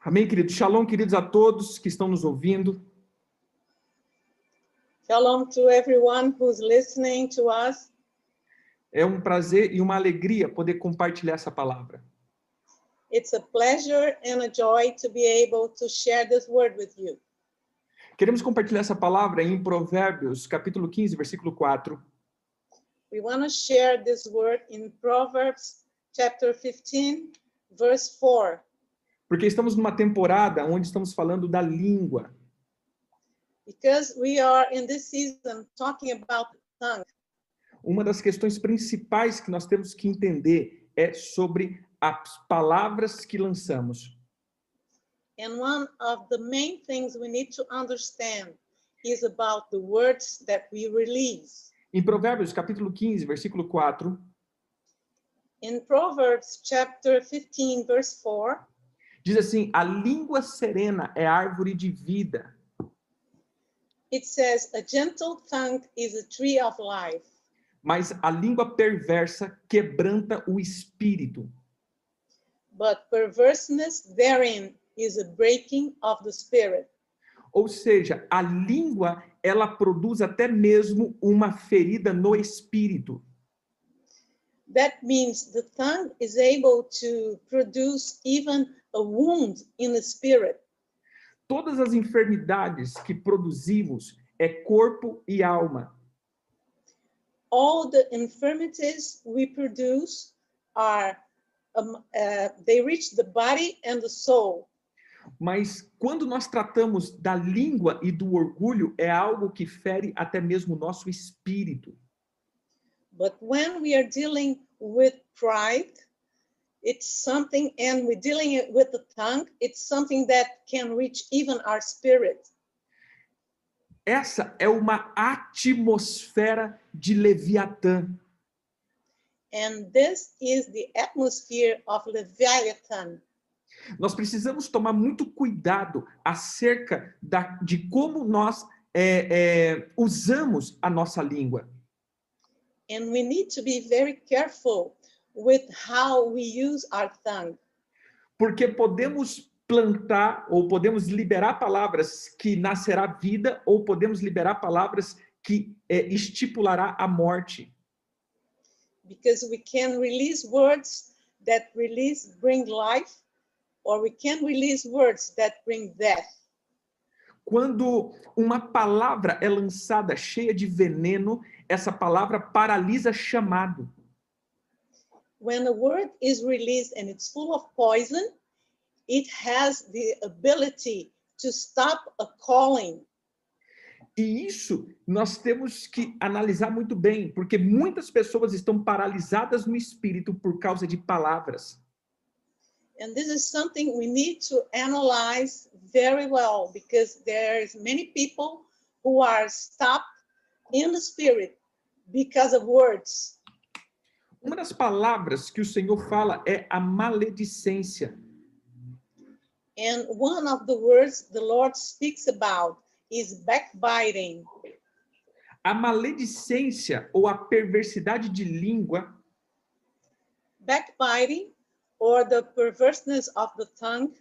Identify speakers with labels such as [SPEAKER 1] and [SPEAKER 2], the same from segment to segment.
[SPEAKER 1] Amém, queridos? Shalom, queridos, a todos que estão nos ouvindo.
[SPEAKER 2] Shalom to everyone who's listening to us.
[SPEAKER 1] É um prazer e uma alegria poder compartilhar essa palavra.
[SPEAKER 2] It's a pleasure and a joy to be able to share this word with you.
[SPEAKER 1] Queremos compartilhar essa palavra em Provérbios, capítulo 15, versículo 4.
[SPEAKER 2] We want to share this word in Proverbs chapter 15, verse 4,
[SPEAKER 1] Porque estamos numa temporada onde estamos falando da língua.
[SPEAKER 2] because we are in this season talking about the tongue.
[SPEAKER 1] Uma das questões principais que nós temos que entender é sobre as palavras que lançamos.
[SPEAKER 2] And one of the main things we need to understand is about the words that we release.
[SPEAKER 1] Em Provérbios, capítulo 15, versículo 4,
[SPEAKER 2] In Proverbs chapter 15, verse 4,
[SPEAKER 1] diz assim: A língua serena é árvore de vida,
[SPEAKER 2] it says, A gentle tongue is a tree of life,
[SPEAKER 1] mas a língua perversa quebranta o espírito.
[SPEAKER 2] but perverseness therein is a breaking of the spirit.
[SPEAKER 1] Ou seja, a língua ela produz até mesmo uma ferida no espírito.
[SPEAKER 2] That means the tongue is able to produce even a wound in the spirit.
[SPEAKER 1] Todas as enfermidades que produzimos é corpo e alma.
[SPEAKER 2] All the infirmities we produce are, um, uh, they reach the body and the soul.
[SPEAKER 1] Mas quando nós tratamos da língua e do orgulho, é algo que fere até mesmo o nosso espírito.
[SPEAKER 2] But when we are dealing with pride, it's something, and we're dealing it with the tongue, it's something that can reach even our spirit.
[SPEAKER 1] Essa é uma atmosfera de Leviatã.
[SPEAKER 2] And this is the atmosphere of Leviathan.
[SPEAKER 1] Nós precisamos tomar muito cuidado acerca da- de como nós é, é, usamos a nossa língua.
[SPEAKER 2] And we need to be very careful with how we use our tongue
[SPEAKER 1] porque podemos plantar ou podemos liberar palavras que nascerá vida ou podemos liberar palavras que é, estipulará a morte.
[SPEAKER 2] because we can release words that release bring life or we can release words that bring death.
[SPEAKER 1] Quando uma palavra é lançada cheia de veneno, essa palavra paralisa chamado.
[SPEAKER 2] when a word is released and it's full of poison, it has the ability to stop a calling.
[SPEAKER 1] E isso nós temos que analisar muito bem, porque muitas pessoas estão paralisadas no espírito por causa de palavras.
[SPEAKER 2] And this is something we need to analyze very well because there's many people who are stopped in the spirit because of words.
[SPEAKER 1] Uma das palavras que o Senhor fala é a maledicência.
[SPEAKER 2] And one of the words the Lord speaks about is backbiting.
[SPEAKER 1] A maledicência ou a perversidade de língua
[SPEAKER 2] Backbiting or the perverseness of the tongue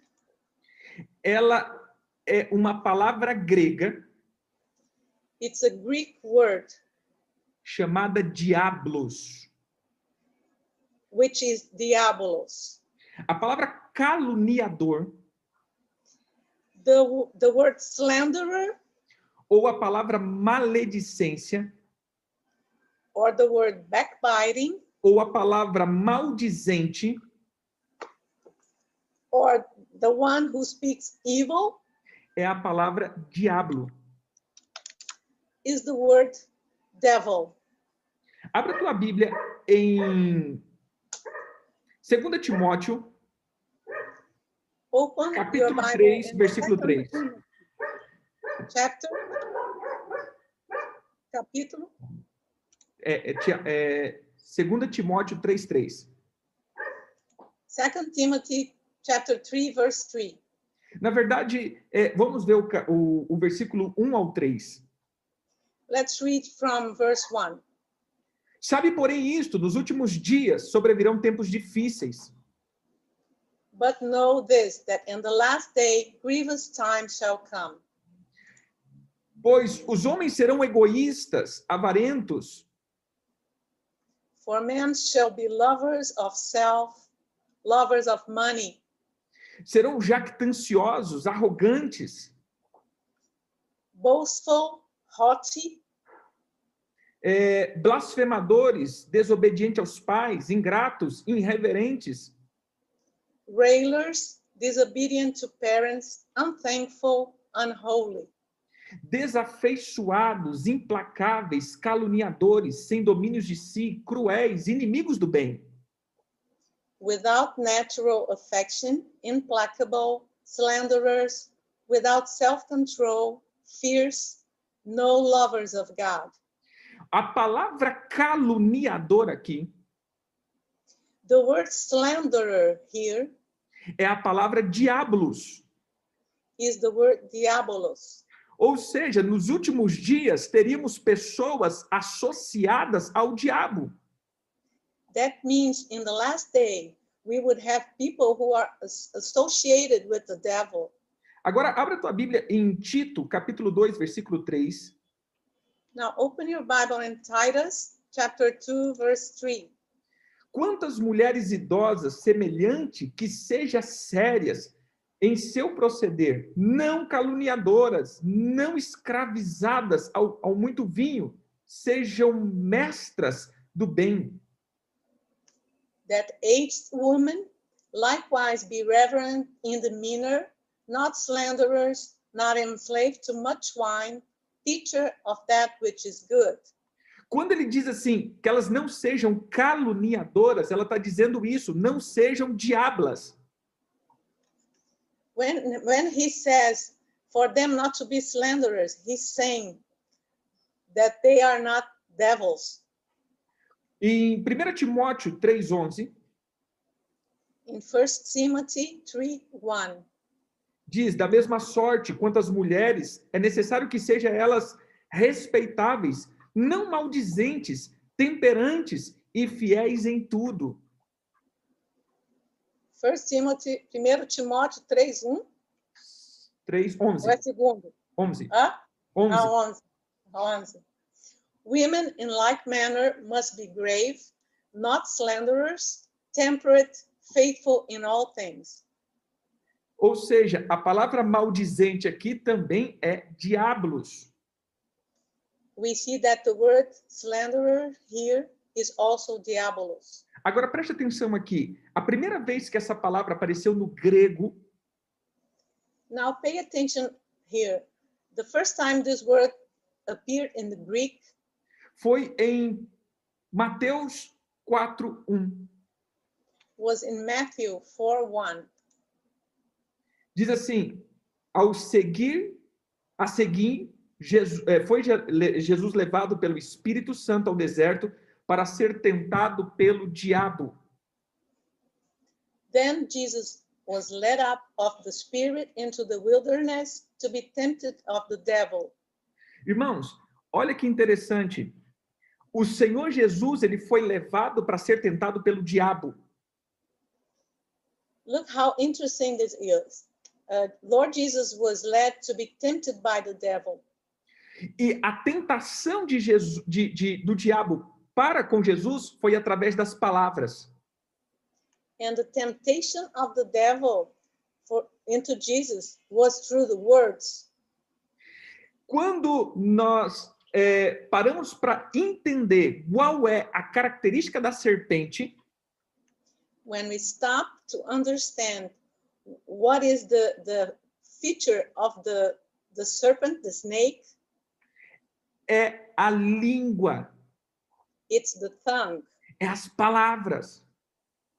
[SPEAKER 1] ela é uma palavra grega
[SPEAKER 2] It's a Greek word,
[SPEAKER 1] chamada diablos.
[SPEAKER 2] which is diabolos.
[SPEAKER 1] A palavra caluniador
[SPEAKER 2] The, w- the word slanderer
[SPEAKER 1] ou a palavra maledicência
[SPEAKER 2] or the word backbiting
[SPEAKER 1] ou a palavra maldizente,
[SPEAKER 2] or the one who speaks evil
[SPEAKER 1] é a palavra diablo.
[SPEAKER 2] is the word devil.
[SPEAKER 1] Abra tua Bíblia em 2 Timóteo,
[SPEAKER 2] Open your
[SPEAKER 1] capítulo
[SPEAKER 2] Bible
[SPEAKER 1] 3,
[SPEAKER 2] and
[SPEAKER 1] versículo
[SPEAKER 2] second
[SPEAKER 1] 3.
[SPEAKER 2] chapter, capítulo,
[SPEAKER 1] É, é, Tia- é, 2 Timóteo 3, 3.
[SPEAKER 2] Second Timothy chapter 3, verse 3.
[SPEAKER 1] Na verdade, é, vamos ver o, ca- o- o versículo 1 ao 3.
[SPEAKER 2] Let's read from verse 1.
[SPEAKER 1] Sabe, porém, isto: nos últimos dias sobrevirão tempos difíceis,
[SPEAKER 2] But know this, that in the last day grievous time shall come.
[SPEAKER 1] Pois os homens serão egoístas, avarentos,
[SPEAKER 2] For men shall be lovers of self, lovers of money,
[SPEAKER 1] serão jactanciosos, arrogantes,
[SPEAKER 2] boastful, haughty,
[SPEAKER 1] eh, blasfemadores, desobedientes aos pais, ingratos, irreverentes,
[SPEAKER 2] railers, disobedient to parents, unthankful, unholy,
[SPEAKER 1] desafeiçoados, implacáveis, caluniadores, sem domínios de si, cruéis, inimigos do bem,
[SPEAKER 2] without natural affection, implacable, slanderers, without self control, fierce, no lovers of God.
[SPEAKER 1] A palavra caluniador aqui
[SPEAKER 2] The word slanderer here
[SPEAKER 1] é a palavra diablos.
[SPEAKER 2] is the word diabolos.
[SPEAKER 1] Ou seja, nos últimos dias teríamos pessoas associadas ao diabo.
[SPEAKER 2] That means in the last day, we would have people who are as- associated with the devil.
[SPEAKER 1] Agora, abra tua Bíblia em Tito, capítulo 2, versículo 3.
[SPEAKER 2] Now open your Bible in Titus chapter 2, verse 3.
[SPEAKER 1] Quantas mulheres idosas, semelhante, que seja sérias em seu proceder, não caluniadoras, não escravizadas ao, ao muito vinho, sejam mestras do bem,
[SPEAKER 2] that aged women likewise be reverent in demeanor, not slanderers, not enslaved to much wine, teacher of that which is good.
[SPEAKER 1] Quando ele diz assim, que elas não sejam caluniadoras, ela está dizendo isso, não sejam diablas.
[SPEAKER 2] When, when he says for them not to be slanderers, he's saying that they are not devils.
[SPEAKER 1] Em 1 Timóteo 3,11,
[SPEAKER 2] In First Timothy 3 1,
[SPEAKER 1] diz: da mesma sorte quanto as mulheres, é necessário que sejam elas respeitáveis, não maldizentes, temperantes e fiéis em tudo.
[SPEAKER 2] 1 Timothy, 1 Timóteo 3 1,
[SPEAKER 1] 3,
[SPEAKER 2] ou é
[SPEAKER 1] 11,
[SPEAKER 2] segundo?
[SPEAKER 1] 11,
[SPEAKER 2] Hã?
[SPEAKER 1] 11.
[SPEAKER 2] Ah, 11. Ah, 11. Women in like manner must be grave, not slanderers, temperate, faithful in all things.
[SPEAKER 1] Ou seja, a palavra maldizente aqui também é diablos.
[SPEAKER 2] We see that the word slanderer here is also diabolos.
[SPEAKER 1] Agora preste atenção aqui. A primeira vez que essa palavra apareceu no grego,
[SPEAKER 2] Now pay attention here. The first time this word appeared in the Greek
[SPEAKER 1] foi em Mateus 4:1.
[SPEAKER 2] was in Matthew 4 1.
[SPEAKER 1] Diz assim: Ao seguir, a seguir, Jesus, eh, foi Je- le- Jesus levado pelo Espírito Santo ao deserto para ser tentado pelo diabo.
[SPEAKER 2] Then Jesus was led up of the Spirit into the wilderness to be tempted of the devil.
[SPEAKER 1] Irmãos, olha que interessante. O Senhor Jesus, ele foi levado para ser tentado pelo diabo.
[SPEAKER 2] Look how interesting this is. Uh, Lord Jesus was led to be tempted by the devil.
[SPEAKER 1] E a tentação de Jesus, de, de- do diabo para com Jesus foi através das palavras.
[SPEAKER 2] And the temptation of the devil for into Jesus was through the words.
[SPEAKER 1] Quando nós eh, paramos para entender qual é a característica da serpente,
[SPEAKER 2] When we stop to understand what is the, the feature of the, the serpent, the snake,
[SPEAKER 1] é a língua,
[SPEAKER 2] it's the tongue,
[SPEAKER 1] é as palavras.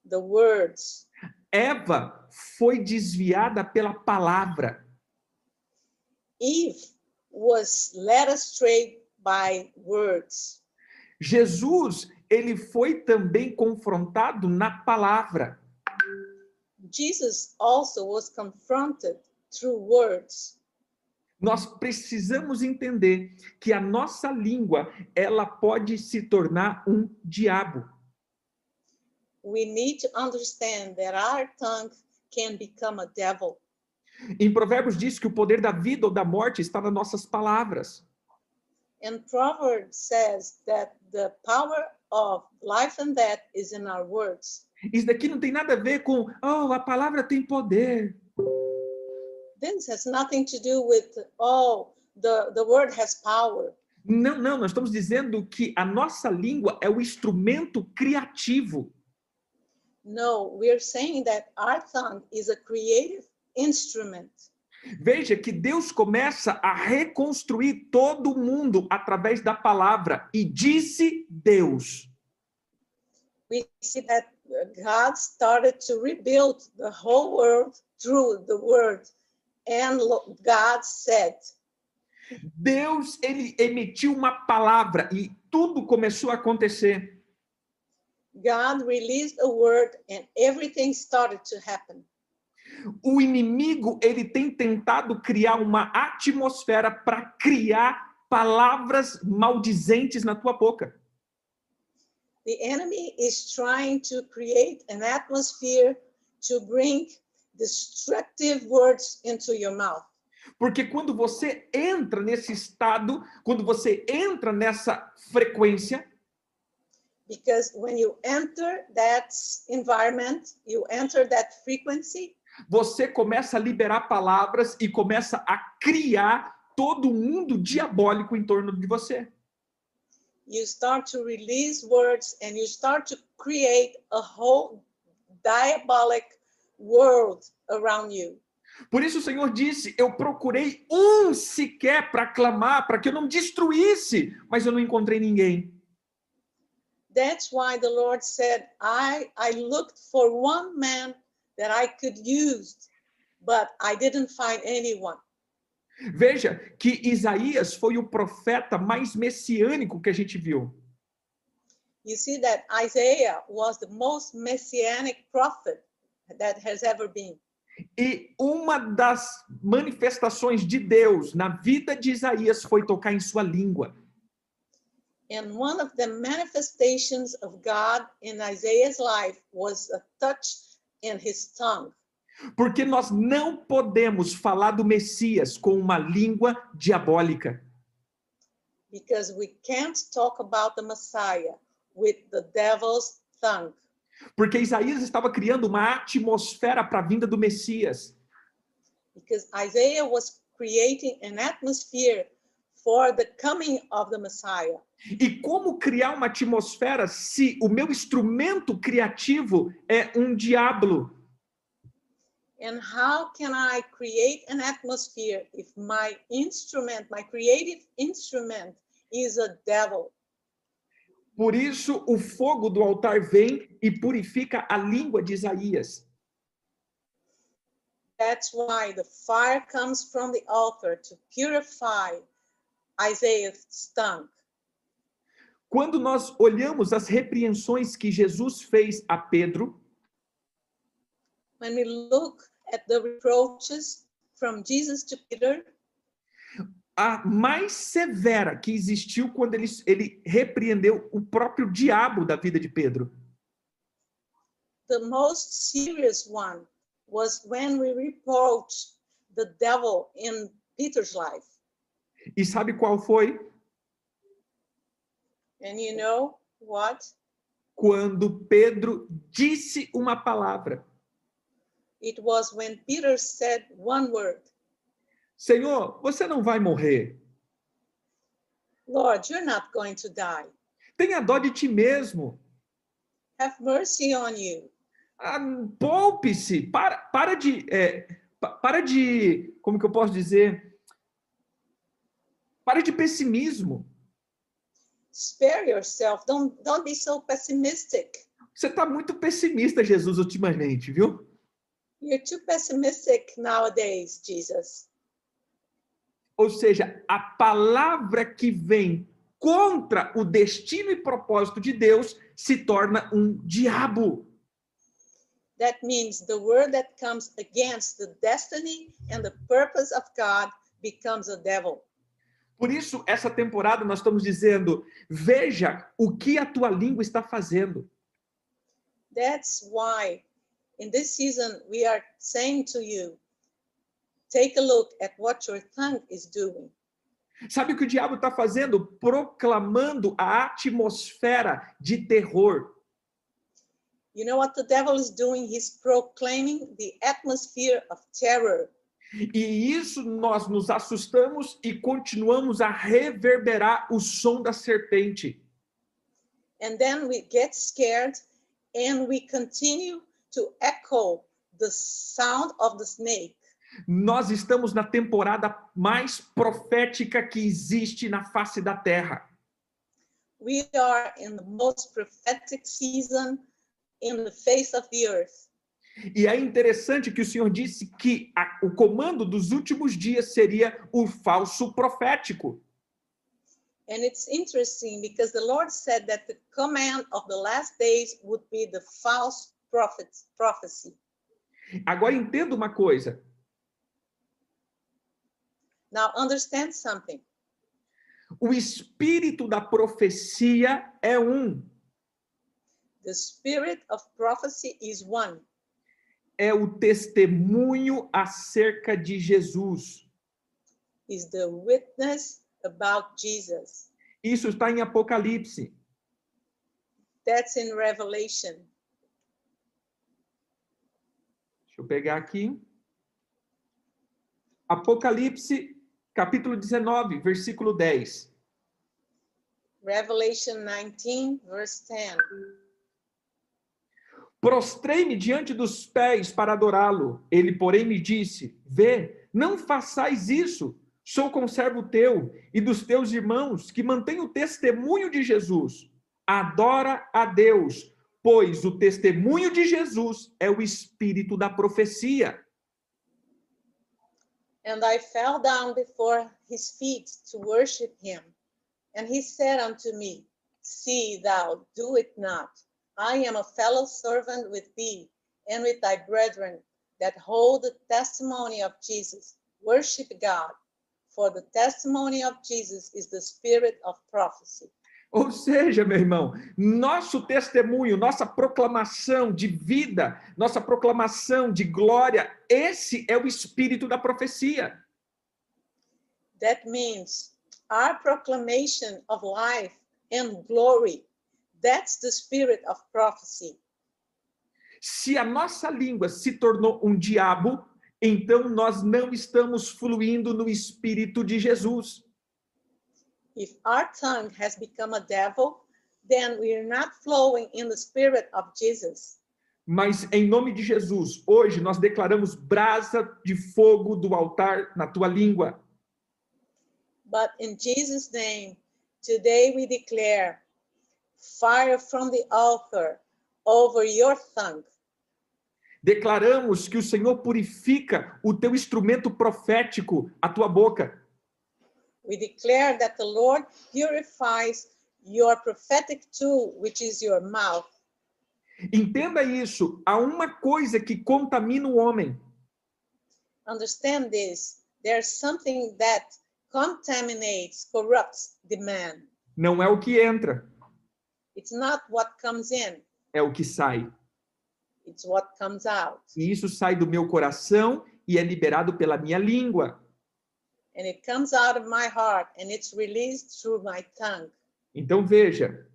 [SPEAKER 2] the words.
[SPEAKER 1] Eva foi desviada pela palavra.
[SPEAKER 2] Eve was led astray by words.
[SPEAKER 1] Jesus, ele foi também confrontado na palavra.
[SPEAKER 2] Jesus also was confronted through words.
[SPEAKER 1] Nós precisamos entender que a nossa língua, ela pode se tornar um diabo.
[SPEAKER 2] We need to understand that our tongue can become a devil.
[SPEAKER 1] Em Provérbios diz que o poder da vida ou da morte está nas nossas palavras.
[SPEAKER 2] And Proverbs says that the power of life and death is in our words.
[SPEAKER 1] Isso daqui não tem nada a ver com, oh, a palavra tem poder.
[SPEAKER 2] This has nothing to do with, oh, the, the word has power.
[SPEAKER 1] Não, não, nós estamos dizendo que a nossa língua é o instrumento criativo.
[SPEAKER 2] No, we're saying that our tongue is a creative instrument.
[SPEAKER 1] Veja que Deus começa a reconstruir todo o mundo através da palavra. E disse Deus.
[SPEAKER 2] We see that God started to rebuild the whole world through the word. And lo- God said,
[SPEAKER 1] Deus ele emitiu uma palavra e tudo começou a acontecer.
[SPEAKER 2] God released a word and everything started to happen.
[SPEAKER 1] O inimigo ele tem tentado criar uma atmosfera para criar palavras maldizentes na tua boca.
[SPEAKER 2] The enemy is trying to create an atmosphere to bring destructive words into your mouth.
[SPEAKER 1] Porque quando você entra nesse estado, quando você entra nessa frequência,
[SPEAKER 2] Because when you enter that s- environment, you enter that frequency,
[SPEAKER 1] você começa a liberar palavras e começa a criar todo um mundo diabólico em torno de você.
[SPEAKER 2] you start to release words and you start to create a whole diabolic world around you.
[SPEAKER 1] Por isso o Senhor disse: Eu procurei um sequer para clamar, para que eu não me destruísse, mas eu não encontrei ninguém.
[SPEAKER 2] That's why the Lord said, I, I looked for one man that I could use, but I didn't find anyone.
[SPEAKER 1] Veja que Isaías foi o profeta mais messiânico que a gente viu.
[SPEAKER 2] You see that Isaiah was the most messianic prophet that has ever been.
[SPEAKER 1] E uma das manifestações de Deus na vida de Isaías foi tocar em sua língua.
[SPEAKER 2] And one of the manifestations of God in Isaiah's life was a touch in his tongue.
[SPEAKER 1] Porque nós não podemos falar do Messias com uma língua diabólica.
[SPEAKER 2] Because we can't talk about the Messiah with the devil's tongue.
[SPEAKER 1] Porque Isaías estava criando uma atmosfera para a vinda do Messias.
[SPEAKER 2] Because Isaiah was creating an atmosphere for the coming of the Messiah.
[SPEAKER 1] E como criar uma atmosfera se o meu instrumento criativo é um diabo?
[SPEAKER 2] And how can I create an atmosphere if my instrument, my creative instrument, is a devil?
[SPEAKER 1] Por isso, o fogo do altar vem e purifica a língua de Isaías.
[SPEAKER 2] That's why the fire comes from the altar to purify Isaiah's tongue.
[SPEAKER 1] Quando nós olhamos as repreensões que Jesus fez a Pedro,
[SPEAKER 2] When we look at the reproaches from Jesus to Peter,
[SPEAKER 1] a mais severa que existiu quando ele, ele repreendeu o próprio diabo da vida de Pedro.
[SPEAKER 2] the most serious one was when we reproach the devil in Peter's life.
[SPEAKER 1] E sabe qual foi?
[SPEAKER 2] And you know what?
[SPEAKER 1] Quando Pedro disse uma palavra:
[SPEAKER 2] It was when Peter said one word
[SPEAKER 1] Senhor, você não vai morrer.
[SPEAKER 2] Lord, you're not going to die.
[SPEAKER 1] Tenha dó de ti mesmo.
[SPEAKER 2] Have mercy on you.
[SPEAKER 1] Ah, Poupe-se. Para, para de. é, pa- para de. Como que eu posso dizer? Para de pessimismo.
[SPEAKER 2] Spare yourself. Don't, don't be so pessimistic.
[SPEAKER 1] Você está muito pessimista, Jesus, ultimamente, viu?
[SPEAKER 2] You're too pessimistic nowadays, Jesus.
[SPEAKER 1] Ou seja, a palavra que vem contra o destino e propósito de Deus se torna um diabo.
[SPEAKER 2] That means the word that comes against the destiny and the purpose of God becomes a devil.
[SPEAKER 1] Por isso, essa temporada nós estamos dizendo: veja o que a tua língua está fazendo.
[SPEAKER 2] That's why in this season, we are saying to you, take a look at what your tongue is doing.
[SPEAKER 1] Sabe o que o diabo está fazendo? Proclamando a atmosfera de terror.
[SPEAKER 2] You know what the devil is doing? He's proclaiming the atmosphere of terror.
[SPEAKER 1] E isso nós nos assustamos e continuamos a reverberar o som da serpente.
[SPEAKER 2] And then we get scared and we continue to echo the sound of the snake.
[SPEAKER 1] Nós estamos na temporada mais profética que existe na face da terra.
[SPEAKER 2] We are in the most prophetic season in the face of the earth.
[SPEAKER 1] E é interessante que o Senhor disse que a- o comando dos últimos dias seria o falso profético.
[SPEAKER 2] And it's interesting because the Lord said that the command of the last days would be the false prophet prophecy.
[SPEAKER 1] Agora entenda uma coisa:
[SPEAKER 2] Now understand something.
[SPEAKER 1] o espírito da profecia é um,
[SPEAKER 2] The spirit of prophecy is one.
[SPEAKER 1] é o testemunho acerca de Jesus.
[SPEAKER 2] is the witness about Jesus.
[SPEAKER 1] Isso está em Apocalipse.
[SPEAKER 2] That's in Revelation.
[SPEAKER 1] Deixa eu pegar aqui. Apocalipse, capítulo 19, versículo 10.
[SPEAKER 2] Revelation 19, verse 10.
[SPEAKER 1] Prostrei-me diante dos pés para adorá-lo. Ele, porém, me disse: Vê, não façais isso. Sou conservo teu e dos teus irmãos, que mantém o testemunho de Jesus. Adora a Deus, pois o testemunho de Jesus é o espírito da profecia.
[SPEAKER 2] And I fell down before his feet to worship him. And he said unto me, See thou do it not. I am a fellow servant with thee and with thy brethren that hold the testimony of Jesus. Worship God, for the testimony of Jesus is the spirit of prophecy.
[SPEAKER 1] Ou seja, meu irmão, nosso testemunho, nossa proclamação de vida, nossa proclamação de glória, esse é o espírito da profecia.
[SPEAKER 2] That means our proclamation of life and glory. That's the spirit of prophecy.
[SPEAKER 1] Se a nossa língua se tornou um diabo, então nós não estamos fluindo no espírito de Jesus.
[SPEAKER 2] If our tongue has become a devil, then we are not flowing in the spirit of Jesus.
[SPEAKER 1] Mas em nome de Jesus, hoje nós declaramos brasa de fogo do altar na tua língua.
[SPEAKER 2] But in Jesus' name, today we declare fire from the altar over your tongue.
[SPEAKER 1] Declaramos que o Senhor purifica o teu instrumento profético, a tua boca.
[SPEAKER 2] We declare that the Lord purifies your prophetic tool, which is your mouth.
[SPEAKER 1] Entenda isso. Há uma coisa que contamina o homem.
[SPEAKER 2] understand this there's something that contaminates corrupts the man
[SPEAKER 1] Não é o que entra,
[SPEAKER 2] it's not what comes in
[SPEAKER 1] é o que sai.
[SPEAKER 2] it's what comes out
[SPEAKER 1] E isso sai do meu coração e é liberado pela minha língua.
[SPEAKER 2] and it comes out of my heart and it's released through my tongue
[SPEAKER 1] Então veja,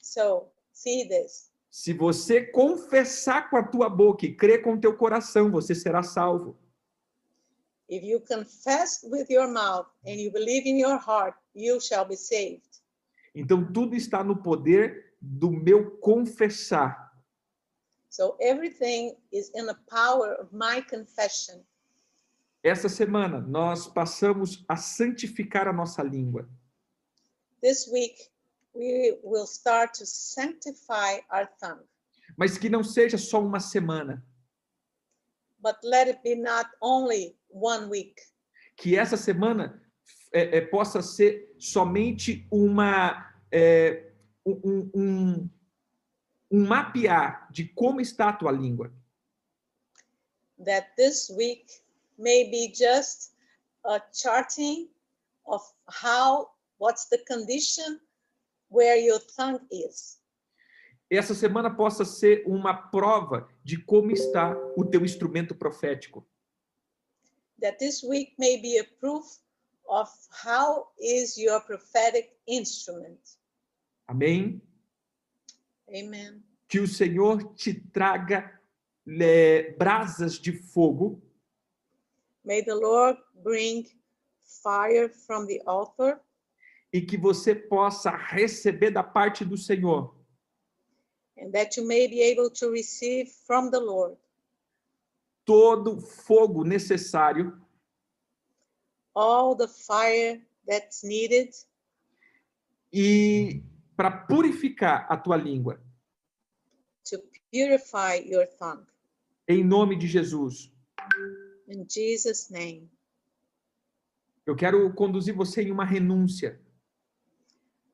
[SPEAKER 2] so see this
[SPEAKER 1] se você confessar com a tua boca e crer com o teu coração, você será salvo.
[SPEAKER 2] if you confess with your mouth and you believe in your heart you shall be saved
[SPEAKER 1] Então tudo está no poder do meu confessar.
[SPEAKER 2] so everything is in the power of my confession
[SPEAKER 1] Essa semana nós passamos a santificar a nossa língua.
[SPEAKER 2] this week we will start to sanctify our tongue
[SPEAKER 1] Mas que não seja só uma semana,
[SPEAKER 2] but let it be not only one week.
[SPEAKER 1] que essa semana é, é, possa ser somente uma é, um, um- um mapear de como está a tua língua.
[SPEAKER 2] That this week may be just a charting of how, what's the condition where your tongue is.
[SPEAKER 1] essa semana possa ser uma prova de como está o teu instrumento profético.
[SPEAKER 2] that this week may be a proof of how is your prophetic instrument.
[SPEAKER 1] Amém?
[SPEAKER 2] Amen.
[SPEAKER 1] Que o Senhor te traga é, brasas de fogo
[SPEAKER 2] May the Lord bring fire from the altar
[SPEAKER 1] e que você possa receber da parte do Senhor
[SPEAKER 2] and that you may be able to receive from the Lord
[SPEAKER 1] todo o fogo necessário
[SPEAKER 2] all the fire that's needed
[SPEAKER 1] e para purificar a tua língua.
[SPEAKER 2] to purify your tongue.
[SPEAKER 1] Em nome de Jesus.
[SPEAKER 2] In Jesus' name,
[SPEAKER 1] Eu quero conduzir você em uma renúncia,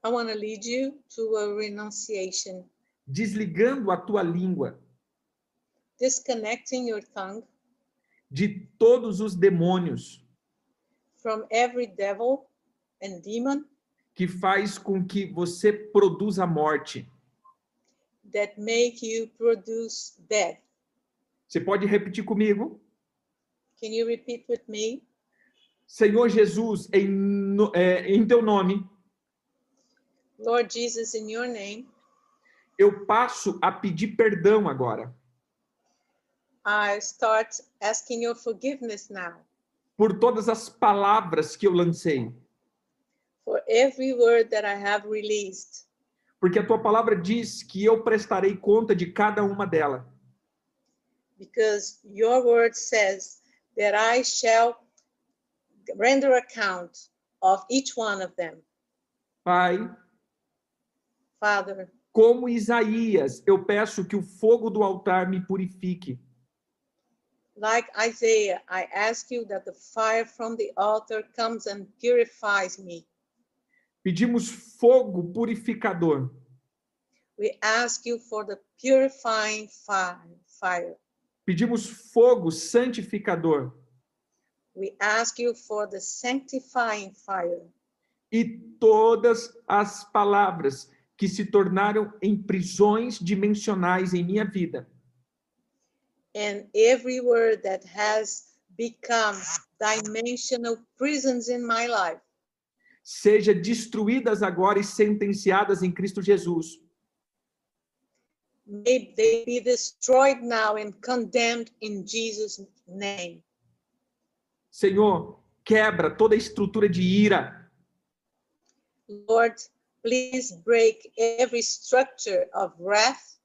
[SPEAKER 2] I want to lead you to a renunciation,
[SPEAKER 1] desligando a tua língua
[SPEAKER 2] disconnecting your tongue
[SPEAKER 1] de todos os demônios
[SPEAKER 2] from every devil and demon
[SPEAKER 1] que faz com que você produza morte.
[SPEAKER 2] that make you produce death.
[SPEAKER 1] Você pode repetir comigo?
[SPEAKER 2] Can you repeat with me?
[SPEAKER 1] Senhor Jesus, em, no- é, em teu nome,
[SPEAKER 2] Lord Jesus, in your name,
[SPEAKER 1] eu passo a pedir perdão agora
[SPEAKER 2] I start asking your forgiveness now
[SPEAKER 1] por todas as palavras que eu lancei,
[SPEAKER 2] for every word that I have released,
[SPEAKER 1] porque a tua palavra diz que eu prestarei conta de cada uma dela.
[SPEAKER 2] because your word says that I shall render account of each one of them.
[SPEAKER 1] Pai,
[SPEAKER 2] Father,
[SPEAKER 1] como Isaías, eu peço que o fogo do altar me purifique.
[SPEAKER 2] like Isaiah, I ask you that the fire from the altar comes and purifies me.
[SPEAKER 1] Pedimos fogo purificador
[SPEAKER 2] We ask you for the purifying fi- fire.
[SPEAKER 1] Pedimos fogo santificador
[SPEAKER 2] We ask you for the sanctifying fire.
[SPEAKER 1] e todas as palavras que se tornaram em prisões dimensionais em minha vida,
[SPEAKER 2] and every word that has become dimensional prisons in my life
[SPEAKER 1] seja destruídas agora e sentenciadas em Cristo Jesus.
[SPEAKER 2] may they be destroyed now and condemned in jesus name
[SPEAKER 1] Senhor, quebra toda a estrutura de ira,
[SPEAKER 2] lord please break every structure of wrath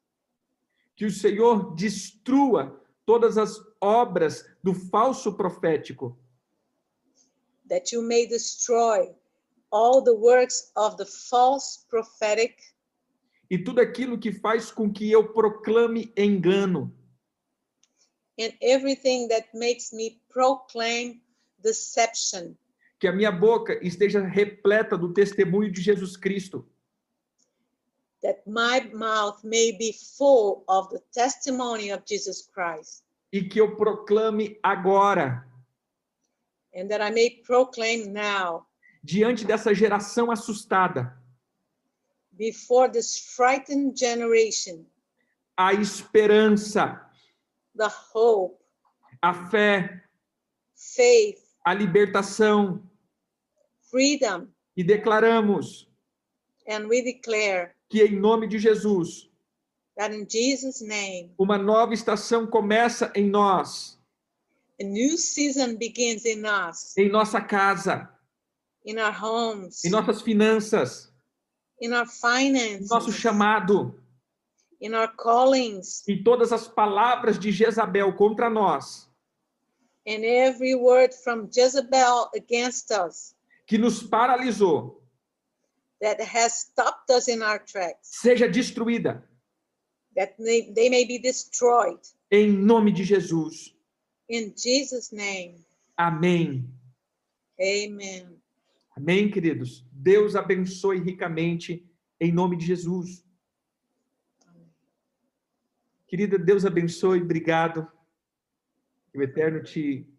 [SPEAKER 1] que o Senhor destrua todas as obras do falso profético
[SPEAKER 2] that you may destroy all the works of the false prophetic
[SPEAKER 1] e tudo aquilo que faz com que eu proclame engano.
[SPEAKER 2] and everything that makes me proclaim deception
[SPEAKER 1] Que a minha boca esteja repleta do testemunho de Jesus Cristo.
[SPEAKER 2] that my mouth may be full of the testimony of Jesus Christ,
[SPEAKER 1] e que eu proclame agora,
[SPEAKER 2] and that I may proclaim now
[SPEAKER 1] diante dessa geração assustada,
[SPEAKER 2] before this frightened generation
[SPEAKER 1] a esperança,
[SPEAKER 2] the hope,
[SPEAKER 1] a fé,
[SPEAKER 2] faith,
[SPEAKER 1] a libertação,
[SPEAKER 2] freedom,
[SPEAKER 1] e declaramos
[SPEAKER 2] and we declare
[SPEAKER 1] que, em nome de Jesus,
[SPEAKER 2] that in Jesus' name,
[SPEAKER 1] uma nova estação começa em nós,
[SPEAKER 2] a new season begins in us,
[SPEAKER 1] em nossa casa,
[SPEAKER 2] in our homes,
[SPEAKER 1] em nossas finanças,
[SPEAKER 2] in our
[SPEAKER 1] em
[SPEAKER 2] finances,
[SPEAKER 1] nosso chamado,
[SPEAKER 2] in our callings,
[SPEAKER 1] em todas as palavras de Jezabel contra nós,
[SPEAKER 2] in every word from Jezebel against us
[SPEAKER 1] que nos paralisou,
[SPEAKER 2] that has stopped us in our tracks.
[SPEAKER 1] seja destruída,
[SPEAKER 2] that may, they may be destroyed
[SPEAKER 1] em nome de Jesus.
[SPEAKER 2] in Jesus' name.
[SPEAKER 1] Amém.
[SPEAKER 2] Amen.
[SPEAKER 1] Amém, queridos? Deus abençoe ricamente, em nome de Jesus. Querida, Deus abençoe, obrigado. Que o Eterno te